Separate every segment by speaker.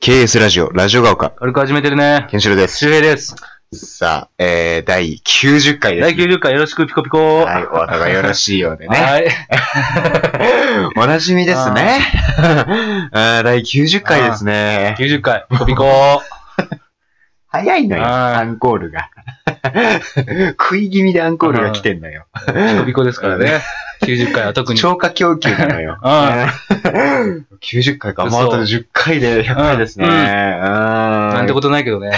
Speaker 1: KS ラジオ、ラジオが丘、
Speaker 2: 軽く始めてるね。
Speaker 1: ケンシロウです。
Speaker 2: 周平です。
Speaker 1: さあ、えー、第90回です
Speaker 2: 第。90回よろしく、ピコピコ。
Speaker 1: はい、お後がよろしいようでね。
Speaker 2: はい。
Speaker 1: おなじみですね。 あー第90回ですね。
Speaker 2: 90回、ピコピコ。は
Speaker 1: 早いのよ、
Speaker 2: あー
Speaker 1: アンコールが。 食い気味でアンコールが来てんのよ。
Speaker 2: ピコピコですからね。90回は特に。
Speaker 1: 超過供給なのよ。
Speaker 2: あ
Speaker 1: 90回か、もうあと10回で100回ですね。
Speaker 2: う
Speaker 1: うんん
Speaker 2: うんなんてことないけどね。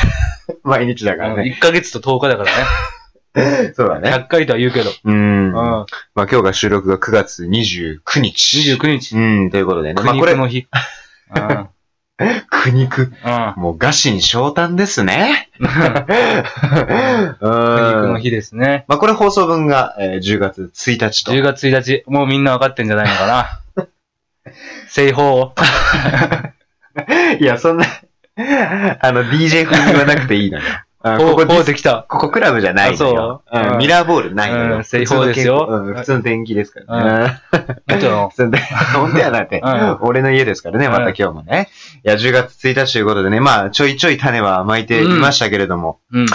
Speaker 1: 毎日だからね。
Speaker 2: 1ヶ月と10日だから
Speaker 1: そうだ
Speaker 2: ね。
Speaker 1: ね。
Speaker 2: 100回とは言うけど。
Speaker 1: うん。
Speaker 2: うん。
Speaker 1: まあ今日が収録が9月29日。
Speaker 2: 29日。
Speaker 1: うん、ということでね。まあ
Speaker 2: 苦
Speaker 1: これ
Speaker 2: 肉、の日。うん。
Speaker 1: 苦肉。
Speaker 2: うん。
Speaker 1: もう餓死に昇胆ですね。う
Speaker 2: 苦肉の
Speaker 1: ん。
Speaker 2: 日ですね。
Speaker 1: まあこれ放送分が、えー10月1日と。
Speaker 2: 10月1日、もうみんな分かってんじゃないのかな。 製法を。
Speaker 1: いや、そんな、あの、DJ 風に言わなくて いいのよ。うんこ
Speaker 2: こ
Speaker 1: こ
Speaker 2: う、こ
Speaker 1: で
Speaker 2: うてきた。
Speaker 1: ここクラブじゃないのよ。
Speaker 2: あそう
Speaker 1: うんミラーボールないの
Speaker 2: う
Speaker 1: よ。
Speaker 2: ん正方ですよ
Speaker 1: 普通の健康うん普通の天気ですからね。
Speaker 2: も ちろん。
Speaker 1: そんで、本当やなって
Speaker 2: うん。
Speaker 1: 俺の家ですからね、ま
Speaker 2: うん
Speaker 1: た今日もね。いや、10月1日ということでね、まあ、ちょいちょい種は巻いていましたけれども、
Speaker 2: うん。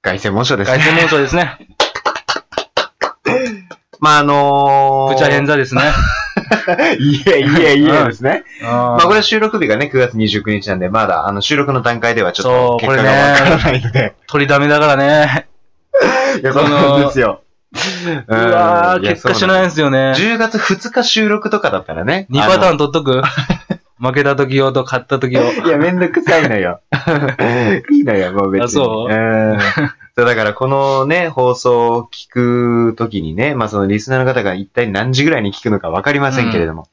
Speaker 1: 凱旋門賞です
Speaker 2: 凱
Speaker 1: ね。
Speaker 2: 旋門賞ですね。
Speaker 1: まあ、あのー、
Speaker 2: ぶちゃへんざですね。
Speaker 1: いえいえいえですね。
Speaker 2: ま
Speaker 1: まあこれ収録日がね、9月29日なんで、まだあの収録の段階ではち
Speaker 2: そ
Speaker 1: ょ
Speaker 2: う
Speaker 1: っと
Speaker 2: こ
Speaker 1: 結果
Speaker 2: れね
Speaker 1: がわからないの で。
Speaker 2: 取りだめだからね。
Speaker 1: いや、そうなんですよ。う
Speaker 2: うわー、結果しない
Speaker 1: い
Speaker 2: んですよね
Speaker 1: や。。10月2日収録とかだったらね。
Speaker 2: 2パタ
Speaker 1: あ
Speaker 2: ーン取っと く負けた時用と勝った時用。
Speaker 1: のいや、めんどくさいの よ。いいのよ、もう別に。
Speaker 2: あそうん
Speaker 1: そうだからこのね、放送を聞くときにね、まあそのリスナーの方が一体何時ぐらいに聞くのかわかりませんけれども、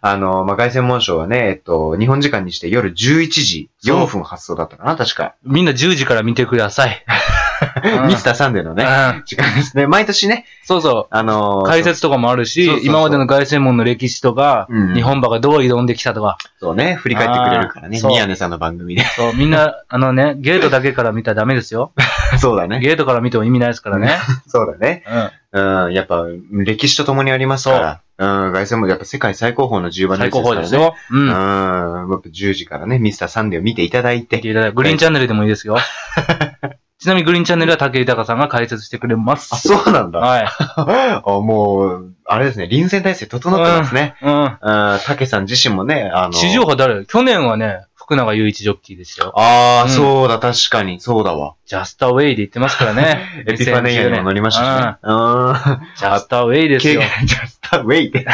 Speaker 1: あの、まあ凱旋門賞はね、えっと、日本時間にして夜11時4分発送だったかな、確か。
Speaker 2: みんな10時から見てください。うん
Speaker 1: ミスターサンデーの
Speaker 2: う
Speaker 1: ね、
Speaker 2: ん
Speaker 1: 時間ですね。毎年ね、
Speaker 2: そうそ
Speaker 1: あの
Speaker 2: う。
Speaker 1: ー
Speaker 2: 解説とかもあるし
Speaker 1: そうそう、そう
Speaker 2: 今までの凱旋門の歴史とか、
Speaker 1: うん
Speaker 2: 日本馬がどう挑んできたとか、
Speaker 1: そうね、振り返ってくれるから
Speaker 2: あ
Speaker 1: ね
Speaker 2: ー、そう
Speaker 1: 宮根さんの番組で。
Speaker 2: そう、みんな、あのね、ゲートだけから見たらダメですよ。
Speaker 1: そうだね。
Speaker 2: ゲートから見ても意味ないですからね。
Speaker 1: そうだね。
Speaker 2: うん
Speaker 1: うん、やっぱ、歴史と共にありますから、うん、外線もやっぱ世界最高峰の10番レ
Speaker 2: 最
Speaker 1: ースで
Speaker 2: 高
Speaker 1: すか
Speaker 2: 峰
Speaker 1: ら
Speaker 2: で
Speaker 1: ね。
Speaker 2: すよ。う
Speaker 1: うん、
Speaker 2: ん。
Speaker 1: やっぱ10時からね、ミスターサンデーを見ていただい
Speaker 2: 見て
Speaker 1: て、
Speaker 2: いただいてグリーンチャンネルでもいい ですよ。ちなみにグリーンチャンネルは武豊さんが解説してくれます
Speaker 1: あ、。そうなんだ。
Speaker 2: はい。
Speaker 1: あもう、あれですね、臨戦体制整ってますね。
Speaker 2: うん。
Speaker 1: うん、竹さん自身もね、あの、
Speaker 2: 地上波誰去年はね、福永雄一ジョッキーでしたよ。
Speaker 1: ああ、
Speaker 2: うん
Speaker 1: そうだ、確かに、そうだわ。。
Speaker 2: ジャスタウェイで言ってますからね
Speaker 1: エピファネイアにも乗りましたしね。うん。
Speaker 2: うんジャスタウェイですよ。
Speaker 1: ジャスタウェイ って。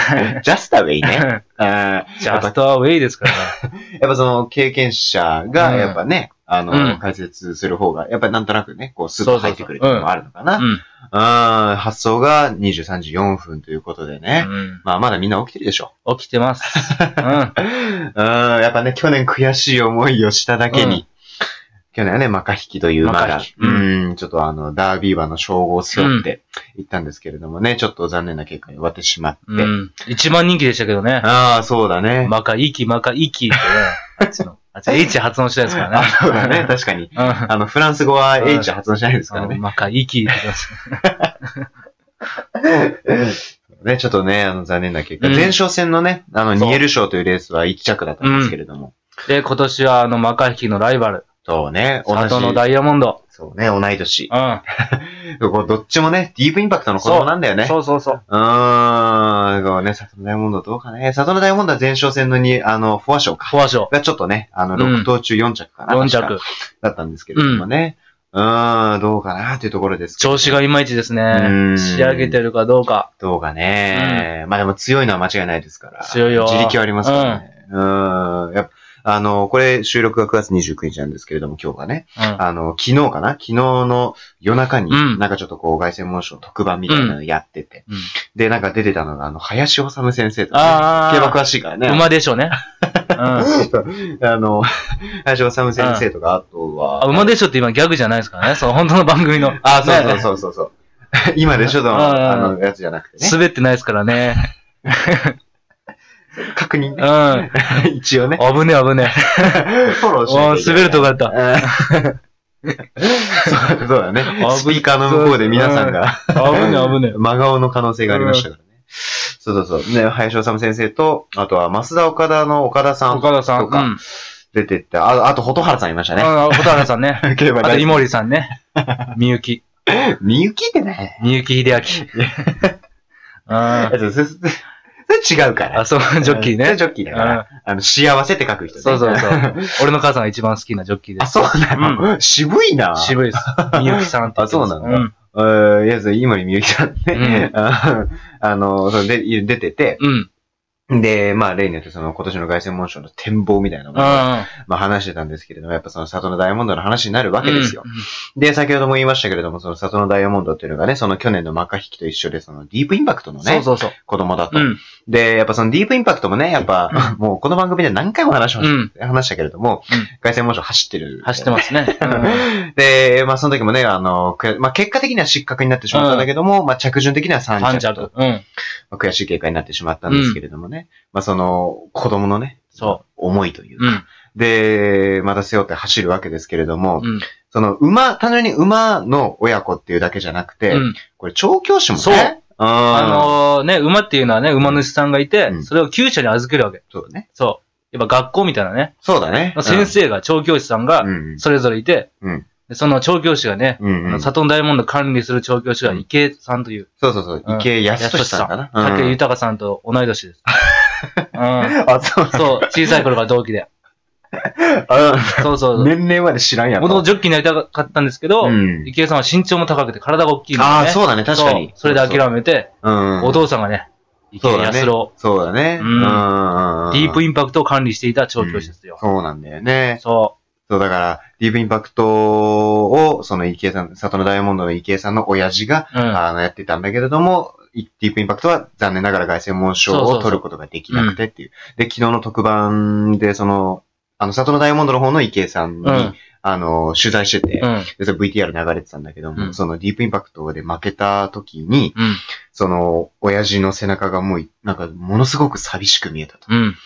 Speaker 1: ジャスタウェイね。あー
Speaker 2: ジャスタウェイですからね。
Speaker 1: やっぱその経験者
Speaker 2: う
Speaker 1: が、
Speaker 2: ん
Speaker 1: やっぱね、あの、
Speaker 2: うん
Speaker 1: 解説する方が、やっぱりなんとなくね、こう、スッと入ってくるって
Speaker 2: そう
Speaker 1: いう
Speaker 2: そうそう
Speaker 1: のもあるのかな。
Speaker 2: うん
Speaker 1: あー発送が23時4分ということでね。まあ、まだみんな起きてるでしょ。
Speaker 2: うん。起きてます。うん。
Speaker 1: うん、やっぱね、去年悔しい思いをしただけに、
Speaker 2: うん
Speaker 1: 去年はね、マカヒキという馬
Speaker 2: マカ
Speaker 1: が
Speaker 2: ヒキ、
Speaker 1: うん、ちょっとあの、ダービー馬の称号を背負って行ったんですけれどもね、ちょっと残念な結果に終わってしまって。
Speaker 2: うん。一番人気でしたけどね。
Speaker 1: ああ、そうだね。
Speaker 2: マカイキ、マカイキってね。あっちの。あっち H 発音してないですから
Speaker 1: あ、
Speaker 2: ね。
Speaker 1: そうだね。確かに。
Speaker 2: うん。
Speaker 1: あの、フランス語は H 発音しないですからね。
Speaker 2: マカイキって言ってます。
Speaker 1: ね、ちょっとね、あの、残念な結果。
Speaker 2: うん
Speaker 1: 前哨戦のね、あの、
Speaker 2: そう
Speaker 1: ニエル賞というレースは1着だったんですけれども。
Speaker 2: で、今年はあの、マカイキのライバル。
Speaker 1: そうね、同
Speaker 2: 里の
Speaker 1: じ。
Speaker 2: ダイヤモンド。
Speaker 1: そうね、同い年。
Speaker 2: うん。
Speaker 1: こうどっちもね、ディープインパクトの子供なんだよね。
Speaker 2: そうそうそう。
Speaker 1: うーん、こうね、里の大問題どうかね。里の大問題は前哨戦のに、あの、フォア賞か。
Speaker 2: フォア賞。
Speaker 1: がちょっとね、あの、
Speaker 2: うん
Speaker 1: 6頭中4着かな。
Speaker 2: 4
Speaker 1: 確
Speaker 2: 着
Speaker 1: か。だったんですけれどもね。うーん、どうかなというところですけど
Speaker 2: 調子がいまいちです
Speaker 1: う
Speaker 2: ね。
Speaker 1: ん
Speaker 2: 仕上げてるかどうか。
Speaker 1: 動画ね、まあでも強いのは間違いないですから。
Speaker 2: 強いよ
Speaker 1: 自力はありますからね。うん。やっぱあの、これ収録が9月29日なんですけれども、今日がね、
Speaker 2: うん。
Speaker 1: あの、昨日かな昨日の夜中に、
Speaker 2: うん
Speaker 1: なんかちょっとこう、外線文書の特番みたいなのやってて、
Speaker 2: うんうん
Speaker 1: で、なんか出てたのが、あの、林修先生とか、ね、
Speaker 2: あ
Speaker 1: 競
Speaker 2: あ。
Speaker 1: 馬詳しいからね。
Speaker 2: 馬でしょうね。うん。
Speaker 1: あの、林修先生とか、あとは、
Speaker 2: あ、馬でしょって今ギャグじゃないですからね。その本当の番組の。
Speaker 1: あ、そうそうそうそう そう。今でしょ、その、
Speaker 2: あ
Speaker 1: あの、やつじゃなくてね。
Speaker 2: 滑ってないですからね。
Speaker 1: 確認
Speaker 2: うん。
Speaker 1: ね。
Speaker 2: 危
Speaker 1: 一応ね。
Speaker 2: ねえ危ね
Speaker 1: フォロ
Speaker 2: え。
Speaker 1: ーしなきゃ
Speaker 2: お
Speaker 1: い
Speaker 2: ー
Speaker 1: け
Speaker 2: 滑
Speaker 1: ない
Speaker 2: るとこだった。
Speaker 1: そうそうだね
Speaker 2: ぶ。
Speaker 1: スピーカーの向こうで皆さんが、
Speaker 2: 危ねえ危ね
Speaker 1: 真顔の可能性がありましたからね。そうそうそう。ね、林修先生と、あとは、増田岡田の岡田
Speaker 2: え。
Speaker 1: さん
Speaker 2: 岡田さん。
Speaker 1: とか
Speaker 2: うん
Speaker 1: 出てって、ああと、蛍原さんいましたね。
Speaker 2: ああ、蛍 原さんね。
Speaker 1: 競馬
Speaker 2: あと、井森さんね。みゆき。
Speaker 1: みゆきってね。
Speaker 2: みゆき秀明。あ
Speaker 1: あそうそれそれそれ違うか
Speaker 2: あ、
Speaker 1: ら。
Speaker 2: そう、ジョッキー
Speaker 1: それ
Speaker 2: ね。
Speaker 1: ジョッキーだから。あの、幸せって書く人ね
Speaker 2: そうそうそう。俺の母さんが一番好きなジョッキー で
Speaker 1: あ、
Speaker 2: す。
Speaker 1: そうなの渋いな。
Speaker 2: 渋いです。みゆきさんって言ってます。
Speaker 1: あそうなんえーいや、それ、井森美幸さんね。あの、そうで出てて、
Speaker 2: うん。うん。
Speaker 1: で、まあ、例によってその今年の凱旋門賞の展望みたいなのを、
Speaker 2: あ
Speaker 1: まあ話してたんですけれども、やっぱその里のダイヤモンドの話になるわ
Speaker 2: あ。
Speaker 1: けですよ。で、先ほども言いましたけれども、その里のダイヤモンドっていうのがね、その去年のマカヒキと一緒で、そのディープインパクト
Speaker 2: う
Speaker 1: の
Speaker 2: ん。
Speaker 1: ね、
Speaker 2: そうそうそう。
Speaker 1: 子供だと、
Speaker 2: うん。
Speaker 1: で、やっぱそのディープインパクトもね、やっぱ、もうこの番組で何回も話しまし
Speaker 2: うん。
Speaker 1: た、話したけれども
Speaker 2: うん、
Speaker 1: 凱旋門賞走ってる。
Speaker 2: 走ってま すね。
Speaker 1: で、まあその時もね、あの、くやまあ結果的には失格になってしまったんだけども、まあ着順的には
Speaker 2: うん。パ
Speaker 1: 3
Speaker 2: ンチャ
Speaker 1: 着
Speaker 2: ル
Speaker 1: と、
Speaker 2: うん。
Speaker 1: まあ悔しい結果になってしまったんですけれどもね、まあその子供のね、
Speaker 2: そ
Speaker 1: 思いという
Speaker 2: う。う
Speaker 1: か、
Speaker 2: ん。
Speaker 1: で、また背負って走るわけですけれども、
Speaker 2: うん。
Speaker 1: その馬、単純に馬の親子っていうだけじゃなくて、
Speaker 2: うん。
Speaker 1: これ調教師もね、
Speaker 2: そうあ
Speaker 1: あの、
Speaker 2: のーね、馬っていうのはね、馬主さんがいうて、
Speaker 1: ん
Speaker 2: それを厩舎に預けるわけ。
Speaker 1: そうだね。
Speaker 2: そう。やっぱ学校みたいなね。
Speaker 1: そうだね。
Speaker 2: 先生が、調教師さんが
Speaker 1: う、ん、
Speaker 2: それぞれいて
Speaker 1: うん、
Speaker 2: でその調教師がね、
Speaker 1: うん。うん
Speaker 2: あ
Speaker 1: う
Speaker 2: の
Speaker 1: ん、そう
Speaker 2: 里の大門の管理する調教師が池江さんという、
Speaker 1: そうそう
Speaker 2: う、ん
Speaker 1: 池江康俊さんかな。
Speaker 2: 武
Speaker 1: うん
Speaker 2: 豊さんと同い年です。うん。
Speaker 1: あ、そう
Speaker 2: そう、小さい頃から同期で。
Speaker 1: あ
Speaker 2: そ うそう。
Speaker 1: 年齢まで知らんやろ。
Speaker 2: 元々ジョッキーになりたかったんですけど、
Speaker 1: うん
Speaker 2: 池江さんは身長も高くて体が大きいので、ね。
Speaker 1: ああ、そうだね、確かに
Speaker 2: そ。うそれで諦めて、
Speaker 1: うん。
Speaker 2: お父さんがね、池
Speaker 1: そう
Speaker 2: 江
Speaker 1: だね
Speaker 2: 康郎、
Speaker 1: そうだね。
Speaker 2: うん
Speaker 1: うんうんうん
Speaker 2: ディープインパクトを管理していた調教師ですよ。
Speaker 1: そうなんだよね。
Speaker 2: そ
Speaker 1: そう、だから、ディープインパクトを、その池江さん、里のダイヤモンドの池江さんの親父が、
Speaker 2: う。うん。
Speaker 1: あの、やってたんだけれども、いディープインパクトは残念ながら凱旋門
Speaker 2: そ
Speaker 1: 賞
Speaker 2: うそうそ
Speaker 1: を
Speaker 2: う
Speaker 1: 取ることができなくてっていう。で、昨日の特番で、その、あの、里のダイヤモンドの方の池江さんに、
Speaker 2: うん
Speaker 1: あの、取材してて、
Speaker 2: うん。
Speaker 1: でそれ VTR 流れてたんだけども、
Speaker 2: うん
Speaker 1: そのディープインパクトで負けた時に、
Speaker 2: うん。
Speaker 1: その、親父の背中がもう、なんか、ものすごく寂しく見えたと。
Speaker 2: うん。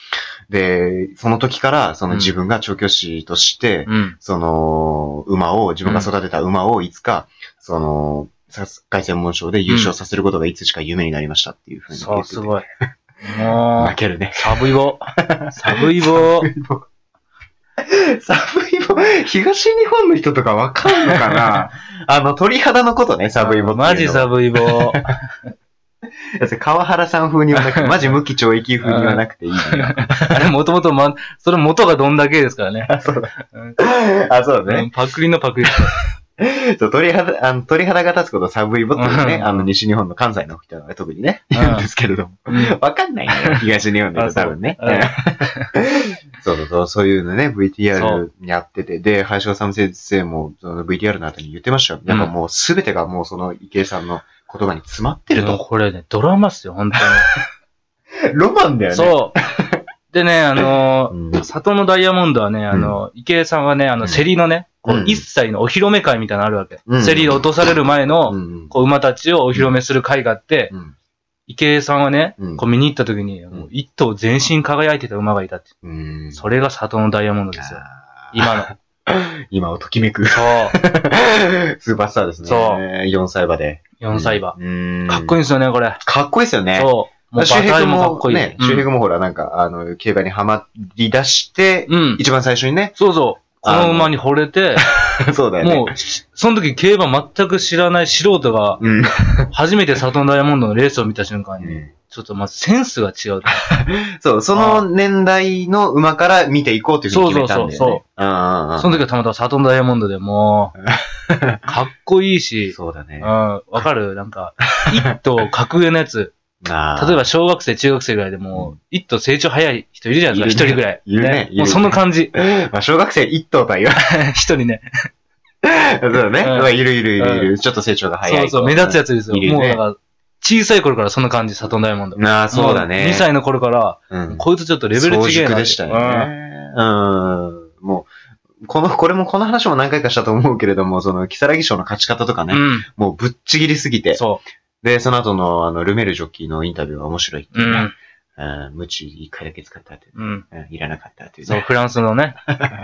Speaker 1: で、その時から、その
Speaker 2: うん
Speaker 1: 自分が調教師として、
Speaker 2: うん。
Speaker 1: その、馬を、自分が育てた馬をいつか、その、さ凱旋門賞で優勝させることがいつしか夢になりましたっていうふうに言
Speaker 2: そ
Speaker 1: っ
Speaker 2: う、
Speaker 1: てて
Speaker 2: すごい。も
Speaker 1: 泣けるね。
Speaker 2: う、サブイボ。サブイボ。
Speaker 1: 寒いも、東日本の人とかわかんのかな あの、鳥肌のことね、 サブイボっていうのは
Speaker 2: マジサブ イボ。
Speaker 1: いやそれ川原さん風には なくて、マジ無期懲役風にはなくていいのよ。
Speaker 2: あれ、もともと、ま、それ元がどんだけですからね。
Speaker 1: あ、そう
Speaker 2: う
Speaker 1: ね。
Speaker 2: んパクリのパクリ。
Speaker 1: そう鳥肌、あの、鳥肌が立つことをサブイボっていうね、
Speaker 2: うん
Speaker 1: あの、西日本の関西の人は特にね、
Speaker 2: うん
Speaker 1: 言うんですけれども。わかんないね、 東日本の
Speaker 2: あ
Speaker 1: 人
Speaker 2: そう
Speaker 1: 多分ね。
Speaker 2: うん
Speaker 1: そうそうそう、そういうのね、
Speaker 2: そ
Speaker 1: VTR
Speaker 2: う
Speaker 1: にやってて、で、林修先生も、その VTR の後に言ってましたよ。やっぱもうすべてがもうその池江さんの言葉に詰まってる
Speaker 2: もう
Speaker 1: と。
Speaker 2: これね、ドラマっすよ、本当
Speaker 1: ロマンだよね。
Speaker 2: に。そう。でね、あの
Speaker 1: うん。
Speaker 2: ー、里のダイヤモンドはね、あのー、池江さんはね、あ
Speaker 1: う
Speaker 2: の、
Speaker 1: ん
Speaker 2: 競りのね、こ
Speaker 1: う
Speaker 2: うん一切のお披露目会みたいなのあるわけ。
Speaker 1: うん
Speaker 2: 競りで落とされる前
Speaker 1: う
Speaker 2: の、
Speaker 1: ん。
Speaker 2: こう、馬たちをお披露目する会があって、
Speaker 1: うん
Speaker 2: 池江さんはね
Speaker 1: うん、
Speaker 2: こう見に行った時に、もう一頭全身輝いてた馬がいたって。
Speaker 1: うん。
Speaker 2: それが里のダイヤモンド
Speaker 1: う
Speaker 2: ですよ。今の。。
Speaker 1: 今をときめく
Speaker 2: そう。
Speaker 1: スーパースターですね。
Speaker 2: そう
Speaker 1: 4歳馬で。
Speaker 2: 4歳馬。
Speaker 1: うん。
Speaker 2: かっこい
Speaker 1: いい。
Speaker 2: いんですよね、これ。
Speaker 1: かっこいいですよね。
Speaker 2: そう。もう馬
Speaker 1: 周
Speaker 2: 体
Speaker 1: 平
Speaker 2: もかっ
Speaker 1: も
Speaker 2: こいい。
Speaker 1: ね、周平君もほら、なんか、あの、競馬にはまり出して、
Speaker 2: うんうん。、
Speaker 1: 一番最初にね
Speaker 2: そうそう。この馬に惚れて、
Speaker 1: そうだよね。
Speaker 2: もう、しその時競馬全く知らない素人が、
Speaker 1: う、うん。
Speaker 2: 初めてサトンダイヤモンドのレースを見た瞬間に、ちょっとまずセンスが違う。
Speaker 1: そう、その年代の馬から見ていこうというふうに決めたんだよね。。
Speaker 2: そうそうそう
Speaker 1: んうんうん。
Speaker 2: その時はたまたまサトンダイヤモンドでも う、かっこいいし、
Speaker 1: そうだね
Speaker 2: うん、。わかるなんか、一頭格上のやつ、
Speaker 1: あ
Speaker 2: 例えば小学生、中学生ぐらいでもう、一頭成長早い人いるじゃないですか、一
Speaker 1: いる
Speaker 2: 人ぐ
Speaker 1: ね
Speaker 2: らい。
Speaker 1: いるねいる
Speaker 2: もうその 感じ。
Speaker 1: えば、まあ、小学生一頭とは言わない。
Speaker 2: 一人ね。
Speaker 1: そうだね。
Speaker 2: うん
Speaker 1: まあいるいるいるいる、
Speaker 2: う
Speaker 1: ちょっと成長が早い
Speaker 2: そ
Speaker 1: 子。
Speaker 2: うそう、目立つやつですよ。
Speaker 1: いるね
Speaker 2: もうだから、小さい頃からそんな感じ、サトンダイヤモンド。
Speaker 1: なあ、そうだね。
Speaker 2: 2歳の頃から、
Speaker 1: うん。
Speaker 2: こいつちょっとレベル違え
Speaker 1: 早熟
Speaker 2: な。
Speaker 1: でした
Speaker 2: うん
Speaker 1: よね。うん。もう、この、これも、この話も何回かしたと思うけれども、その、キサラギ賞の勝ち方とかね、
Speaker 2: う
Speaker 1: もうぶっちぎりすぎて
Speaker 2: ん。、そ
Speaker 1: で、その後の、あの、ルメールジョッキーのインタビューが面白いって
Speaker 2: う。う
Speaker 1: いうね
Speaker 2: ん。
Speaker 1: うん、無知一回だけ使ったって、
Speaker 2: うん。
Speaker 1: うん、いらなかったっていう
Speaker 2: そう、
Speaker 1: ね。
Speaker 2: フランス のね。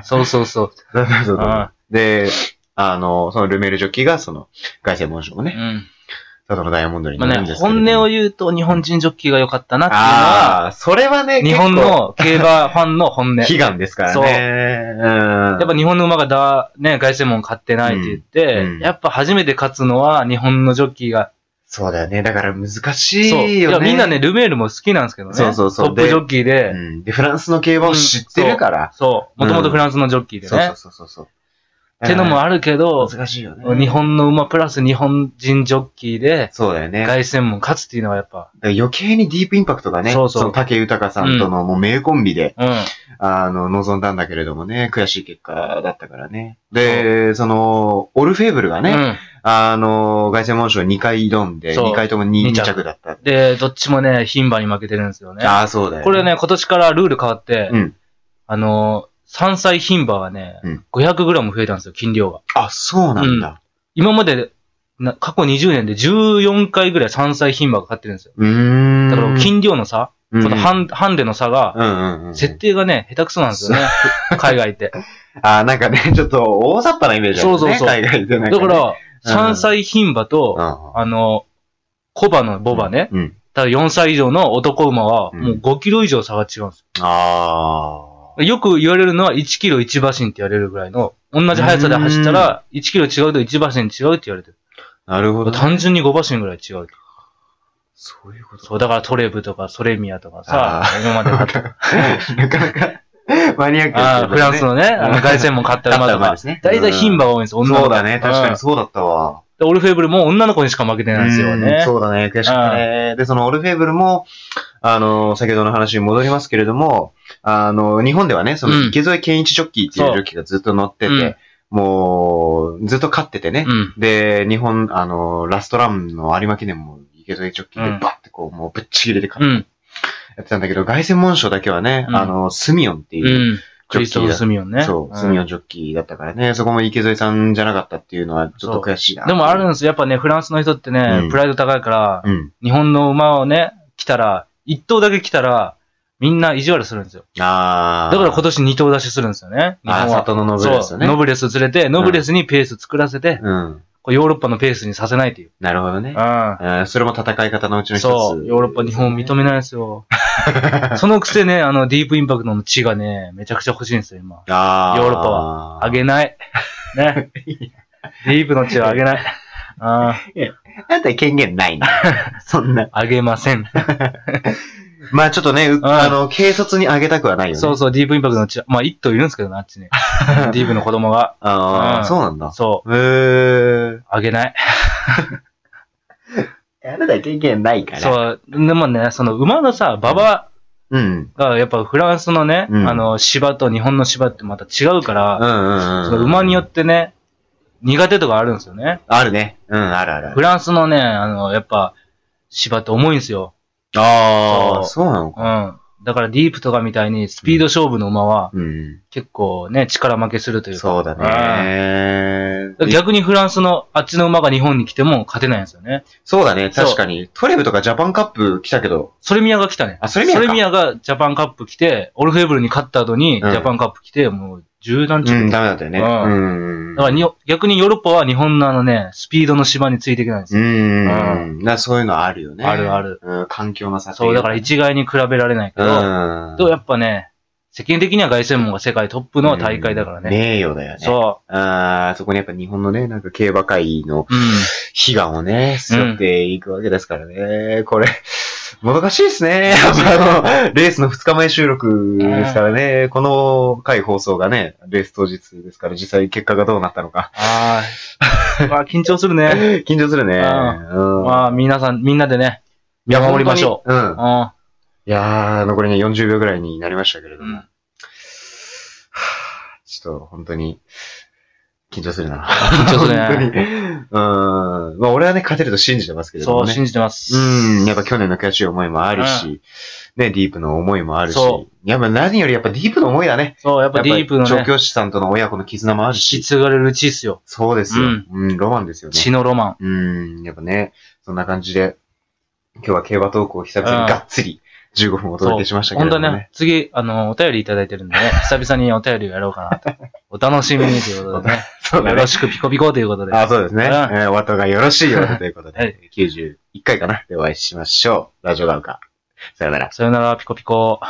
Speaker 2: そうそうそう。
Speaker 1: そうそうそう
Speaker 2: うん
Speaker 1: で、あの、そのルメールジョッキーが、その、凱旋門賞を
Speaker 2: う
Speaker 1: ね、
Speaker 2: ん。
Speaker 1: ただのダイヤモンドに
Speaker 2: ま
Speaker 1: な
Speaker 2: あ
Speaker 1: るん
Speaker 2: ね、
Speaker 1: ですけれど
Speaker 2: 本
Speaker 1: も。
Speaker 2: 音を言うと日本人ジョッキーが良かったなっていうのは、
Speaker 1: ああ、それはね、
Speaker 2: 日本の競馬ファンの本 音。
Speaker 1: 結構悲
Speaker 2: や
Speaker 1: 願ですからね。うん。
Speaker 2: っぱ日本の馬がだ、ね、凱旋門買ってないって言って、
Speaker 1: うんうん
Speaker 2: やっぱ初めて勝つのは日本のジョッキーが、
Speaker 1: そうだよね。だから難し
Speaker 2: そう。
Speaker 1: い
Speaker 2: い
Speaker 1: よね。
Speaker 2: や、みんなね、ルメールも好きなんですけどね。
Speaker 1: そうそうそう
Speaker 2: トップジョッキーで、
Speaker 1: うん。で、フランスの競馬を知ってるから。
Speaker 2: そう、もともとフランスのジョッキーでね。
Speaker 1: そうそうそうそうそう。
Speaker 2: ってのもあるけど、
Speaker 1: 難しいよね。
Speaker 2: 日本の馬プラス日本人ジョッキーで、
Speaker 1: そうだよね。
Speaker 2: 凱旋門勝つっていうのはやっぱ、
Speaker 1: だから余計にディープインパクトがね、
Speaker 2: そうそう
Speaker 1: の竹豊さんとのもう名コンビで、
Speaker 2: うん。
Speaker 1: あの、望んだんだけれどもね、悔しい結果だったからね。で、その、オルフェーブルがね、
Speaker 2: うん
Speaker 1: あの、凱旋門賞2回挑んで、
Speaker 2: そう
Speaker 1: 2回とも 2,
Speaker 2: 二着
Speaker 1: 着だった。
Speaker 2: で、どっちもね、牝馬に負けてるんですよね。
Speaker 1: ああ、そうだよ、ね。
Speaker 2: これ、ね、今年からルール変わって、
Speaker 1: うん
Speaker 2: あのー、山菜牝馬がね、
Speaker 1: うん
Speaker 2: 500g 増えたんですよ、斤量が。
Speaker 1: あ、そうなんだ。
Speaker 2: 今までな、過去20年で14回ぐらい山菜牝馬が勝ってるんですよ。
Speaker 1: うーん。
Speaker 2: だから、斤量の差、
Speaker 1: うん、
Speaker 2: このハンハンデの差が、
Speaker 1: うんうんうんうん。
Speaker 2: 設定がね、下手くそなんですよね、 海外って。
Speaker 1: ああ、なんかね、 ちょっと大雑把なイメージあるね。
Speaker 2: そうそうそう
Speaker 1: 海外でなんか、
Speaker 2: だ
Speaker 1: ね。
Speaker 2: か、ら、山菜牝馬と、
Speaker 1: う
Speaker 2: あの、コバのボ
Speaker 1: ん。
Speaker 2: バね、
Speaker 1: うん。
Speaker 2: ただ4歳以上の男馬は、
Speaker 1: うん
Speaker 2: もう5キロ以上差が違うんです
Speaker 1: ああ。
Speaker 2: よ。よく言われるのは1キロ1馬身って言われるぐらいの、同じ速さで走ったら、1キロ違うと1馬身違うって言われてる。
Speaker 1: なるほど。
Speaker 2: 単純に5馬身ぐらい違う。
Speaker 1: そういうこと
Speaker 2: そう、だからトレブとかソレミアとかさ
Speaker 1: あ、
Speaker 2: 今まで買った。
Speaker 1: なかなか、マ ニアックですけどね
Speaker 2: ああ、フランスのね、あの、凱旋門買った馬と
Speaker 1: 買った馬
Speaker 2: か
Speaker 1: ですね、
Speaker 2: 大体牝馬が多いんですよ、女の
Speaker 1: そ
Speaker 2: 子
Speaker 1: うだね。確かに
Speaker 2: うん
Speaker 1: そうだったわ。
Speaker 2: でオルフェーブルも女の子にしか負けてないんですよ
Speaker 1: うん
Speaker 2: ね。
Speaker 1: そうだね。悔しかったね。で、そのオルフェーブルも、あの、先ほどの話に戻りますけれども、あの、日本ではね、その
Speaker 2: うん
Speaker 1: 池添健一ジョッキーっていう
Speaker 2: そう
Speaker 1: ジョッキーがずっと乗って
Speaker 2: うん
Speaker 1: て、もう、ずっと勝っててね
Speaker 2: う。ん。
Speaker 1: で、日本、あの、ラストランの有馬記念も池添ジョッキー
Speaker 2: うん
Speaker 1: でバッてこう、もうぶっちぎれて勝
Speaker 2: う
Speaker 1: っ
Speaker 2: ん。
Speaker 1: やってたんだけど、凱旋門賞だけはね、
Speaker 2: うん
Speaker 1: あの、スミオンっていうう、
Speaker 2: ん。クリストフ・スミオンね。
Speaker 1: そう、
Speaker 2: ん
Speaker 1: スミオンジョッキーだったからね、そこも池添さんじゃなかったっていうのはちょっと悔しいな。
Speaker 2: でもあるんですよ。やっぱね、フランスの人ってね、
Speaker 1: うん
Speaker 2: プライド高いから、
Speaker 1: うん。
Speaker 2: 日本の馬をね、来たら、一頭だけ来たら、みんな意地悪するんですよ。
Speaker 1: あ
Speaker 2: だ
Speaker 1: ー
Speaker 2: から今年二頭出しするんですよね。日
Speaker 1: あ
Speaker 2: 本
Speaker 1: ー、
Speaker 2: は。
Speaker 1: 里のノブですよね。
Speaker 2: そう。ノブレス連れて、ノブレスにペース作らせて、
Speaker 1: うん。
Speaker 2: こうヨーロッパのペースにさせないっていう。
Speaker 1: なるほど
Speaker 2: う
Speaker 1: ね。
Speaker 2: ん。
Speaker 1: あーそれも戦い方のうちの一つ。
Speaker 2: そう。ヨーロッパ日本認めないですよ。 そのくせね、あの、ディープインパクトの血がね、めちゃくちゃ欲しいんですよ、今。
Speaker 1: あ
Speaker 2: ヨーロッパ
Speaker 1: は
Speaker 2: あげない。 ね。ディープの血はあげない。あー
Speaker 1: あんた権限ない な。そんな。
Speaker 2: あげません。
Speaker 1: まあちょっとね、うあの、軽率にあげたくはないよね。
Speaker 2: そうそう、ディープインパクトの血は。まあ、一頭いるんですけどね、あっち に。ディープの子供が。
Speaker 1: あ
Speaker 2: う
Speaker 1: あ、
Speaker 2: ん
Speaker 1: そうなんだ。
Speaker 2: そ
Speaker 1: へー。
Speaker 2: う、あげない。
Speaker 1: あなた権限ないから。う。
Speaker 2: そう、でもね、その馬のさ、馬場
Speaker 1: うん。
Speaker 2: がやっぱフランスのね、
Speaker 1: うん
Speaker 2: あの、芝と日本の芝ってまた違
Speaker 1: うん
Speaker 2: うか
Speaker 1: う
Speaker 2: ら、
Speaker 1: んうん。
Speaker 2: その馬によってね、苦手とかあるんですよね。
Speaker 1: あるね。うん、あるあるある。
Speaker 2: フランスのね、あの、やっぱ、芝って重いんですよ。
Speaker 1: あ
Speaker 2: そ
Speaker 1: あ、
Speaker 2: う
Speaker 1: そうなのか。
Speaker 2: うん。だからディープとかみたいにスピード勝負の馬は
Speaker 1: うん。
Speaker 2: 結構ね、力負けするというか。
Speaker 1: そうだね。
Speaker 2: 逆にフランスのあっちの馬が日本に来ても勝てないんですよね。
Speaker 1: そうだね、
Speaker 2: そう
Speaker 1: 確かに。トレブとかジャパンカップ来たけど、
Speaker 2: ソレミアが来たね。
Speaker 1: あソレミアか
Speaker 2: がジャパンカップ来て、オルフェーブルに勝った後にジ
Speaker 1: うん
Speaker 2: ャパンカップ来て、もう十何
Speaker 1: う
Speaker 2: 着
Speaker 1: ん、ダメだったよね。
Speaker 2: う
Speaker 1: うんん。
Speaker 2: だからに逆にヨーロッパは日本のあのね、スピードの芝についていけないんです
Speaker 1: う
Speaker 2: よ。
Speaker 1: ん。うんなそういうのあるよね。
Speaker 2: あるある。
Speaker 1: うん、環境の差ってい
Speaker 2: そう、だから一概に比べられないけど、
Speaker 1: うん。
Speaker 2: でもやっぱね、世間的には凱旋門が世界トップの大会だから
Speaker 1: うん
Speaker 2: ね。
Speaker 1: 名誉だよね。う。
Speaker 2: そ
Speaker 1: あーそこにやっぱ日本のね、なんか競馬界の
Speaker 2: う。うん。
Speaker 1: 悲願をね、背負っていくわけですからね。これ、もどかしいですね。あの、レースの2日前収録ですからね。この回放送がね、レース当日ですから、実際結果がどうなったのか。
Speaker 2: あ あ。まあ緊張するね。
Speaker 1: 緊張するね。うん
Speaker 2: まあ皆さん、みんなでね、見守りましょ
Speaker 1: う。うん
Speaker 2: う。。うん。
Speaker 1: いやー、残りね40秒ぐらいになりましたけれども。
Speaker 2: うん
Speaker 1: はぁちょっと本当に、緊張するな。
Speaker 2: 緊張するね
Speaker 1: 本当に。うん。まあ俺はね、勝てると信じてますけれど
Speaker 2: そ
Speaker 1: も
Speaker 2: う、
Speaker 1: ね。
Speaker 2: 信じてます。
Speaker 1: うん。やっぱ去年の悔しい思いもあるし、ね、ディープの思いもあるし
Speaker 2: そ。
Speaker 1: やっぱ何よりやっぱディープの思いだね。
Speaker 2: そう、やっぱディープの
Speaker 1: やっぱ
Speaker 2: ね、
Speaker 1: 調教師さんとの親子の絆もある
Speaker 2: 血
Speaker 1: し。
Speaker 2: 継がれる血っすよ。
Speaker 1: そうですよ。
Speaker 2: う
Speaker 1: うんん、ロマンですよね。
Speaker 2: 血のロマン。
Speaker 1: うん、やっぱね、そんな感じで、今日は競馬トークを久々にがっつり15分お届けしましたけ
Speaker 2: 本
Speaker 1: れ
Speaker 2: 当
Speaker 1: ど
Speaker 2: は
Speaker 1: もね。
Speaker 2: ね、次、あの、お便りいただいてるんでね、久々にお便りをやろうかなとお楽しみにというこ とでね。
Speaker 1: そうだ
Speaker 2: よ
Speaker 1: ね
Speaker 2: ろ。しくピコピコということで。
Speaker 1: あ、そうですね。
Speaker 2: う
Speaker 1: え
Speaker 2: ん
Speaker 1: ーお後がよろしいようでということで、
Speaker 2: はい
Speaker 1: 91回かなでお会いしましょう。ラジオガウカ。さよなら。
Speaker 2: さよなら、ピコピコ。